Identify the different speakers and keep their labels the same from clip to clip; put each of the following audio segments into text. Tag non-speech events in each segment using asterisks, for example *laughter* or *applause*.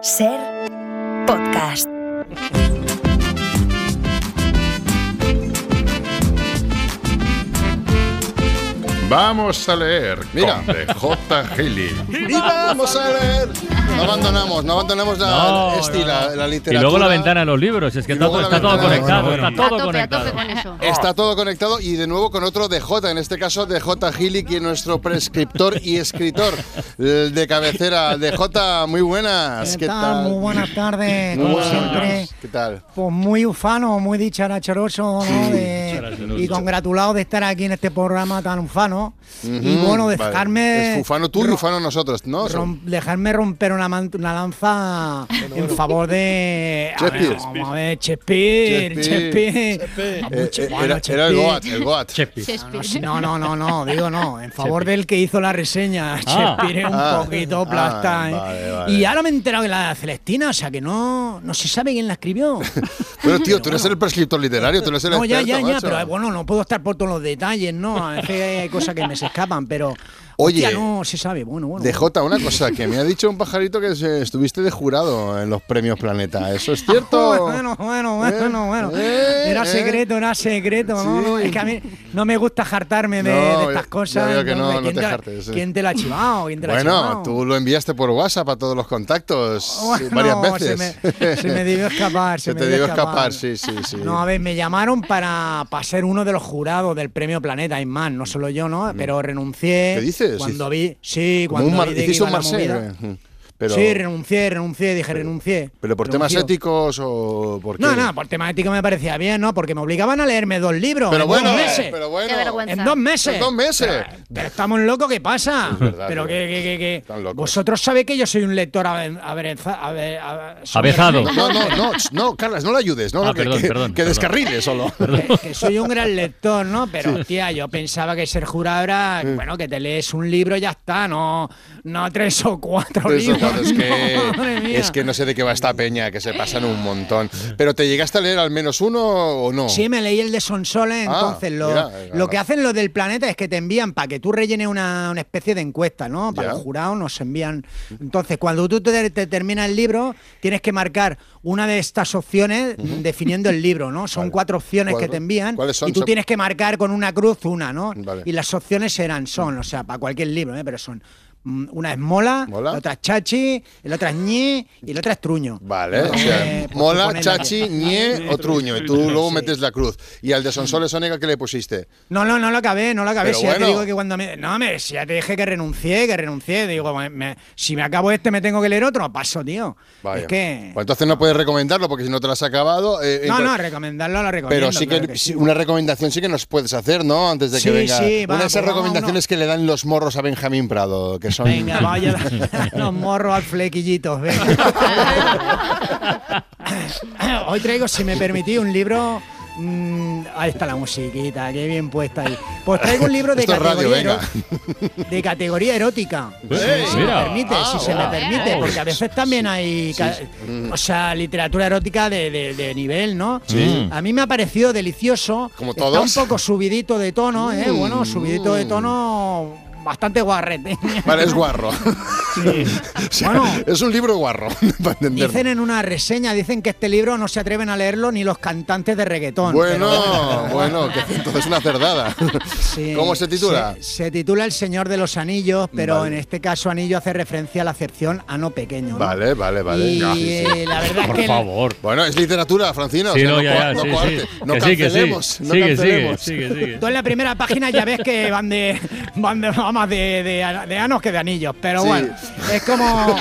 Speaker 1: Ser podcast.
Speaker 2: Vamos a leer
Speaker 3: Mira.
Speaker 2: con DJ Healy.
Speaker 3: Y vamos a leer. No abandonamos, no abandonamos la,
Speaker 4: No,
Speaker 3: este,
Speaker 4: no,
Speaker 3: la-
Speaker 4: no.
Speaker 3: la
Speaker 4: Y
Speaker 3: literatura.
Speaker 4: luego la ventana de los libros, es que
Speaker 3: Y
Speaker 4: está,
Speaker 3: luego
Speaker 4: todo,
Speaker 3: la
Speaker 4: está todo
Speaker 3: ventana.
Speaker 4: conectado,
Speaker 3: Bueno,
Speaker 4: está
Speaker 3: bueno.
Speaker 4: todo
Speaker 5: a tope, a
Speaker 4: conectado.
Speaker 5: tope con eso.
Speaker 3: Está todo conectado y de nuevo con otro DJ, en este caso DJ Gili, que es nuestro prescriptor y escritor eh, de cabecera. DJ, muy buenas.
Speaker 6: ¿Qué tal? Muy
Speaker 3: *laughs*
Speaker 6: buenas tardes,
Speaker 3: Muy
Speaker 6: como
Speaker 3: buenas.
Speaker 6: siempre.
Speaker 3: ¿Qué tal?
Speaker 6: Pues muy ufano, muy dicharachoroso, ¿no? De-
Speaker 4: dicharachoroso.
Speaker 6: y congratulado de estar aquí en este programa tan ufano. Y
Speaker 3: Ujú,
Speaker 6: bueno,
Speaker 3: Mm, vale.
Speaker 6: dejarme.
Speaker 3: Es ufano tú y
Speaker 6: ro-
Speaker 3: ufano nosotros, ¿no?
Speaker 6: rom- dejarme romper una, man- una lanza en favor de. a ver,
Speaker 3: Shakespeare.
Speaker 6: vamos a ver, Shakespeare,
Speaker 3: Shakespeare.
Speaker 6: Shakespeare.
Speaker 3: Eh,
Speaker 6: Vamos,
Speaker 3: eh,
Speaker 6: bueno,
Speaker 3: era, era el
Speaker 6: Shakespeare.
Speaker 3: Goat, el Goat.
Speaker 4: Chepi.
Speaker 6: No, *laughs* sí, No, no, no, no, digo no,
Speaker 3: *laughs*
Speaker 6: en favor
Speaker 4: Shakespeare.
Speaker 6: del que hizo la reseña, Shakespeare es un
Speaker 3: Ah.
Speaker 6: poquito
Speaker 3: Ah,
Speaker 6: plasta, ¿eh?
Speaker 3: vale, vale.
Speaker 6: Y ahora me he enterado que la de Celestina, o sea que no, no se sabe quién
Speaker 3: *laughs*
Speaker 6: la escribió.
Speaker 3: Pero tío, tú eres el prescriptor literario, tú eres el
Speaker 6: No, ya, ya,
Speaker 3: experto,
Speaker 6: ya,
Speaker 3: macho.
Speaker 6: pero eh, bueno, no puedo estar por todos los detalles, ¿no? A veces
Speaker 3: *laughs*
Speaker 6: hay cosas que me se escapan, pero...
Speaker 3: Oye,
Speaker 6: hostia, no se sabe, bueno, bueno.
Speaker 3: DJ, una cosa, que me ha dicho un pajarito que se- estuviste de jurado en los premios Planeta. ¿Eso es cierto?
Speaker 6: Ah, *laughs* Bueno, bueno, bueno, bueno.
Speaker 3: eh,
Speaker 6: era
Speaker 3: eh.
Speaker 6: secreto, era secreto. No,
Speaker 3: Sí.
Speaker 6: no, es que a mí no me gusta jartarme de,
Speaker 3: No,
Speaker 6: de
Speaker 3: ya-
Speaker 6: estas
Speaker 3: ya
Speaker 6: cosas.
Speaker 3: veo que no,
Speaker 6: entonces,
Speaker 3: no
Speaker 6: ¿quién
Speaker 3: te
Speaker 6: la-
Speaker 3: jartes, sí.
Speaker 6: ¿Quién te la ha chivado? ¿Quién te la ha
Speaker 3: Bueno,
Speaker 6: chivado?
Speaker 3: tú lo enviaste por WhatsApp a todos los contactos
Speaker 6: Ah, Bueno,
Speaker 3: varias veces.
Speaker 6: Se me,
Speaker 3: *laughs*
Speaker 6: se me debió escapar. Se,
Speaker 3: Se
Speaker 6: me
Speaker 3: te
Speaker 6: debió
Speaker 3: debió escapar, sí, sí, sí.
Speaker 6: No, a ver, me llamaron para, para ser uno de los jurados del premio Planeta, es más, no solo yo, ¿no? Pero renuncié.
Speaker 3: Mm. ¿Qué dices?
Speaker 6: Cuando vi. Sí,
Speaker 3: Como un
Speaker 6: cuando
Speaker 3: mar-
Speaker 6: vi de que
Speaker 3: hiciste un
Speaker 6: iba la
Speaker 3: Marseille,
Speaker 6: movida.
Speaker 3: eh, Pero,
Speaker 6: sí, renuncié, renuncié, dije renuncié.
Speaker 3: pero por temas
Speaker 6: Renuncio.
Speaker 3: éticos o por qué.
Speaker 6: No, no, por tema ético me parecía bien, ¿no? Porque me obligaban a leerme dos libros
Speaker 3: Pero
Speaker 6: en
Speaker 3: bueno, eh,
Speaker 6: dos meses.
Speaker 3: pero bueno.
Speaker 5: Qué vergüenza.
Speaker 6: En dos meses.
Speaker 3: En dos meses.
Speaker 6: Pero, pero estamos locos, ¿qué pasa?
Speaker 3: verdad,
Speaker 6: pero
Speaker 3: sí.
Speaker 6: que, que, que, que-
Speaker 3: Están locos.
Speaker 6: Vosotros sabéis que yo soy un lector aven- avereza- ave- ave-
Speaker 4: Avezado.
Speaker 3: No, no, no, ch- no, Carlas, no la ayudes, no,
Speaker 4: Ah,
Speaker 3: no, que,
Speaker 4: perdón,
Speaker 3: que-
Speaker 4: perdón,
Speaker 3: que
Speaker 4: perdón.
Speaker 3: descarrile solo.
Speaker 6: Que, *laughs* que soy un gran lector, ¿no? Pero, tía, yo pensaba que ser jurado era, bueno, que te lees un libro y ya está, no, no tres o cuatro
Speaker 3: Eso,
Speaker 6: libros.
Speaker 3: claro, es,
Speaker 6: *laughs* Madre
Speaker 3: que,
Speaker 6: mía.
Speaker 3: es que no sé de qué va esta peña, que se pasan un montón. Pero ¿te llegaste a leer al menos uno o no?
Speaker 6: Sí, me leí el de Sonsoles.
Speaker 3: Ah,
Speaker 6: Entonces, lo,
Speaker 3: mira,
Speaker 6: lo que
Speaker 3: ahora.
Speaker 6: hacen los del planeta es que te envían para que tú rellenes una, una especie de encuesta, ¿no? Para
Speaker 3: Ya.
Speaker 6: los jurados nos envían. Entonces, cuando tú te, te terminas el libro, tienes que marcar una de estas opciones definiendo el libro, ¿no? Son cuatro opciones
Speaker 3: ¿Cuál-
Speaker 6: que te envían
Speaker 3: cuáles son?
Speaker 6: y tú
Speaker 3: Se-
Speaker 6: tienes que marcar con una cruz una, ¿no?
Speaker 3: Vale.
Speaker 6: Y las opciones eran, son, o sea, para cualquier libro, ¿eh? Pero son. mm, Una es mola,
Speaker 3: Mola.
Speaker 6: la otra es chachi, la otra es ñe y la otra es truño.
Speaker 3: Vale, o
Speaker 6: Eh,
Speaker 3: sea,
Speaker 6: pues tú
Speaker 3: mola,
Speaker 6: pones la-
Speaker 3: chachi, ñe o truño. Y tú luego metes la cruz. Y al de Sonsoles Onega, ¿qué le pusiste?
Speaker 6: No, no, no lo acabé, no lo acabé.
Speaker 3: Pero
Speaker 6: Si ya te
Speaker 3: bueno.
Speaker 6: digo que cuando me. No, me, si ya te dije que renuncié, que renuncié. Digo, me- me- si me acabo este, me tengo que leer otro. Paso, tío.
Speaker 3: Vaya.
Speaker 6: Es que.
Speaker 3: Pues entonces no puedes recomendarlo porque si no te lo has acabado. eh,
Speaker 6: No,
Speaker 3: entonces-
Speaker 6: no, recomendarlo lo recomiendo.
Speaker 3: pero sí que,
Speaker 6: claro
Speaker 3: sí, una recomendación sí que nos puedes hacer, ¿no? Antes de que
Speaker 6: Sí,
Speaker 3: venga.
Speaker 6: sí, va,
Speaker 3: una de esas
Speaker 6: pues vamos,
Speaker 3: recomendaciones
Speaker 6: uno.
Speaker 3: que le dan los morros a Benjamín Prado, que son. *laughs*
Speaker 6: Venga, vaya los morros al flequillito. venga. *laughs* Hoy traigo, si me permitís, un libro. mm, ahí está la musiquita, qué bien puesta ahí. Pues traigo un libro de
Speaker 3: Esto es radio,
Speaker 6: categoría,
Speaker 3: venga.
Speaker 6: ero- de categoría erótica.
Speaker 4: ¡Ey!
Speaker 6: si me
Speaker 4: Mira.
Speaker 6: permite,
Speaker 3: Ah,
Speaker 6: si se me
Speaker 3: bueno.
Speaker 6: permite,
Speaker 4: Oh.
Speaker 6: porque a veces también hay ca- o sea, literatura erótica de, de- de nivel, ¿no?
Speaker 4: Sí.
Speaker 6: A mí me ha parecido delicioso.
Speaker 3: Como
Speaker 6: Está
Speaker 3: todos.
Speaker 6: un poco subidito de tono, ¿eh? Bueno, subidito de
Speaker 3: mm.
Speaker 6: tono bastante guarrete.
Speaker 3: Vale, es guarro. *laughs* O sea,
Speaker 6: Bueno.
Speaker 3: es un libro guarro, *laughs* para entenderlo.
Speaker 6: Dicen en una reseña, dicen que este libro no se atreven a leerlo ni los cantantes de reggaetón.
Speaker 3: Bueno, bueno, que entonces es una
Speaker 6: *laughs*
Speaker 3: cerdada.
Speaker 6: pero sí,
Speaker 3: ¿Cómo se titula?
Speaker 6: Se, se titula El Señor de los Anillos, pero
Speaker 3: Vale.
Speaker 6: en este caso anillo hace referencia a la acepción ano pequeño. ¿no?
Speaker 3: Vale, vale, vale.
Speaker 6: Y
Speaker 3: Ah, sí, sí.
Speaker 6: eh, la verdad es
Speaker 4: Por
Speaker 6: que el-
Speaker 4: favor.
Speaker 3: Bueno, es literatura, Francino. o
Speaker 4: Sí,
Speaker 3: sea,
Speaker 4: no,
Speaker 3: no,
Speaker 4: ya, ya,
Speaker 3: co- no
Speaker 4: sí,
Speaker 3: coarte,
Speaker 4: sí.
Speaker 3: no
Speaker 4: Que sí, que sí.
Speaker 3: cancelemos, no
Speaker 4: Sigue, sigue,
Speaker 3: cancelemos.
Speaker 4: sigue, sigue.
Speaker 6: Tú en la primera página ya ves que van de, van de más de, de- de anos que de anillos, pero
Speaker 3: Sí.
Speaker 6: bueno, es como...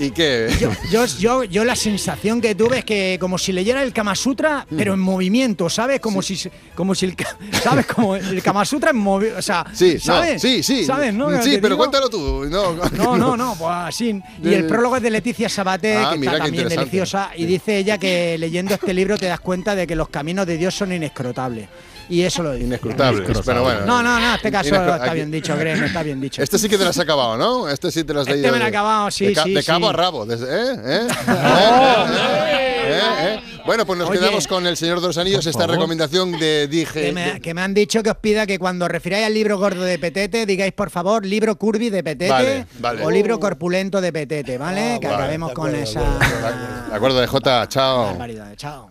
Speaker 3: ¿Y qué? *laughs*
Speaker 6: Yo, yo, yo, yo la sensación que tuve es que como si leyera el Kama Sutra, pero en
Speaker 3: Mm.
Speaker 6: movimiento, ¿sabes? Como si como si el Ka- *laughs* ¿sabes? Como el Kama Sutra en movimiento, o sea,
Speaker 3: Sí, no,
Speaker 6: ¿sabes?
Speaker 3: sí, sí.
Speaker 6: ¿Sabes, no?
Speaker 3: Sí,
Speaker 6: Te
Speaker 3: pero
Speaker 6: digo-
Speaker 3: cuéntalo tú. No, *laughs*
Speaker 6: No, no, no, pues así. Y el prólogo es de Leticia Sabater,
Speaker 3: Ah,
Speaker 6: que
Speaker 3: mira qué
Speaker 6: está también
Speaker 3: interesante.
Speaker 6: deliciosa, y dice ella que leyendo este libro te das cuenta de que los caminos de Dios son inescrotables. Y eso lo dice.
Speaker 3: Inescrutable. Pero bueno.
Speaker 6: No, no, no, en este caso
Speaker 3: Inescru-
Speaker 6: está
Speaker 3: aquí-
Speaker 6: bien dicho, créeme, está bien dicho.
Speaker 3: Este sí que te lo has acabado, ¿no? Este sí te lo has
Speaker 6: Este
Speaker 3: leído.
Speaker 6: me lo he
Speaker 3: de-
Speaker 6: acabado, sí,
Speaker 3: de ca-
Speaker 6: sí, *laughs*
Speaker 3: De cabo
Speaker 6: sí.
Speaker 3: a rabo. desde- ¿Eh? ¿Eh? ¿Eh? ¿Eh? ¿Eh? Bueno, pues nos
Speaker 6: Oye.
Speaker 3: quedamos con El Señor de los Anillos,
Speaker 4: Por
Speaker 3: esta
Speaker 4: favor.
Speaker 3: recomendación de
Speaker 6: Que
Speaker 3: Dije.
Speaker 6: me, que me han dicho que os pida que cuando refiráis al libro gordo de Petete, digáis por favor libro curvy de Petete
Speaker 3: Vale, vale. Oh.
Speaker 6: o libro corpulento de Petete, ¿vale?
Speaker 4: Ah,
Speaker 6: que
Speaker 3: vale,
Speaker 6: acabemos
Speaker 4: de
Speaker 6: con
Speaker 4: acuerdo,
Speaker 6: esa.
Speaker 4: de acuerdo,
Speaker 3: De acuerdo, de J, chao.
Speaker 6: barbaridad. Chao.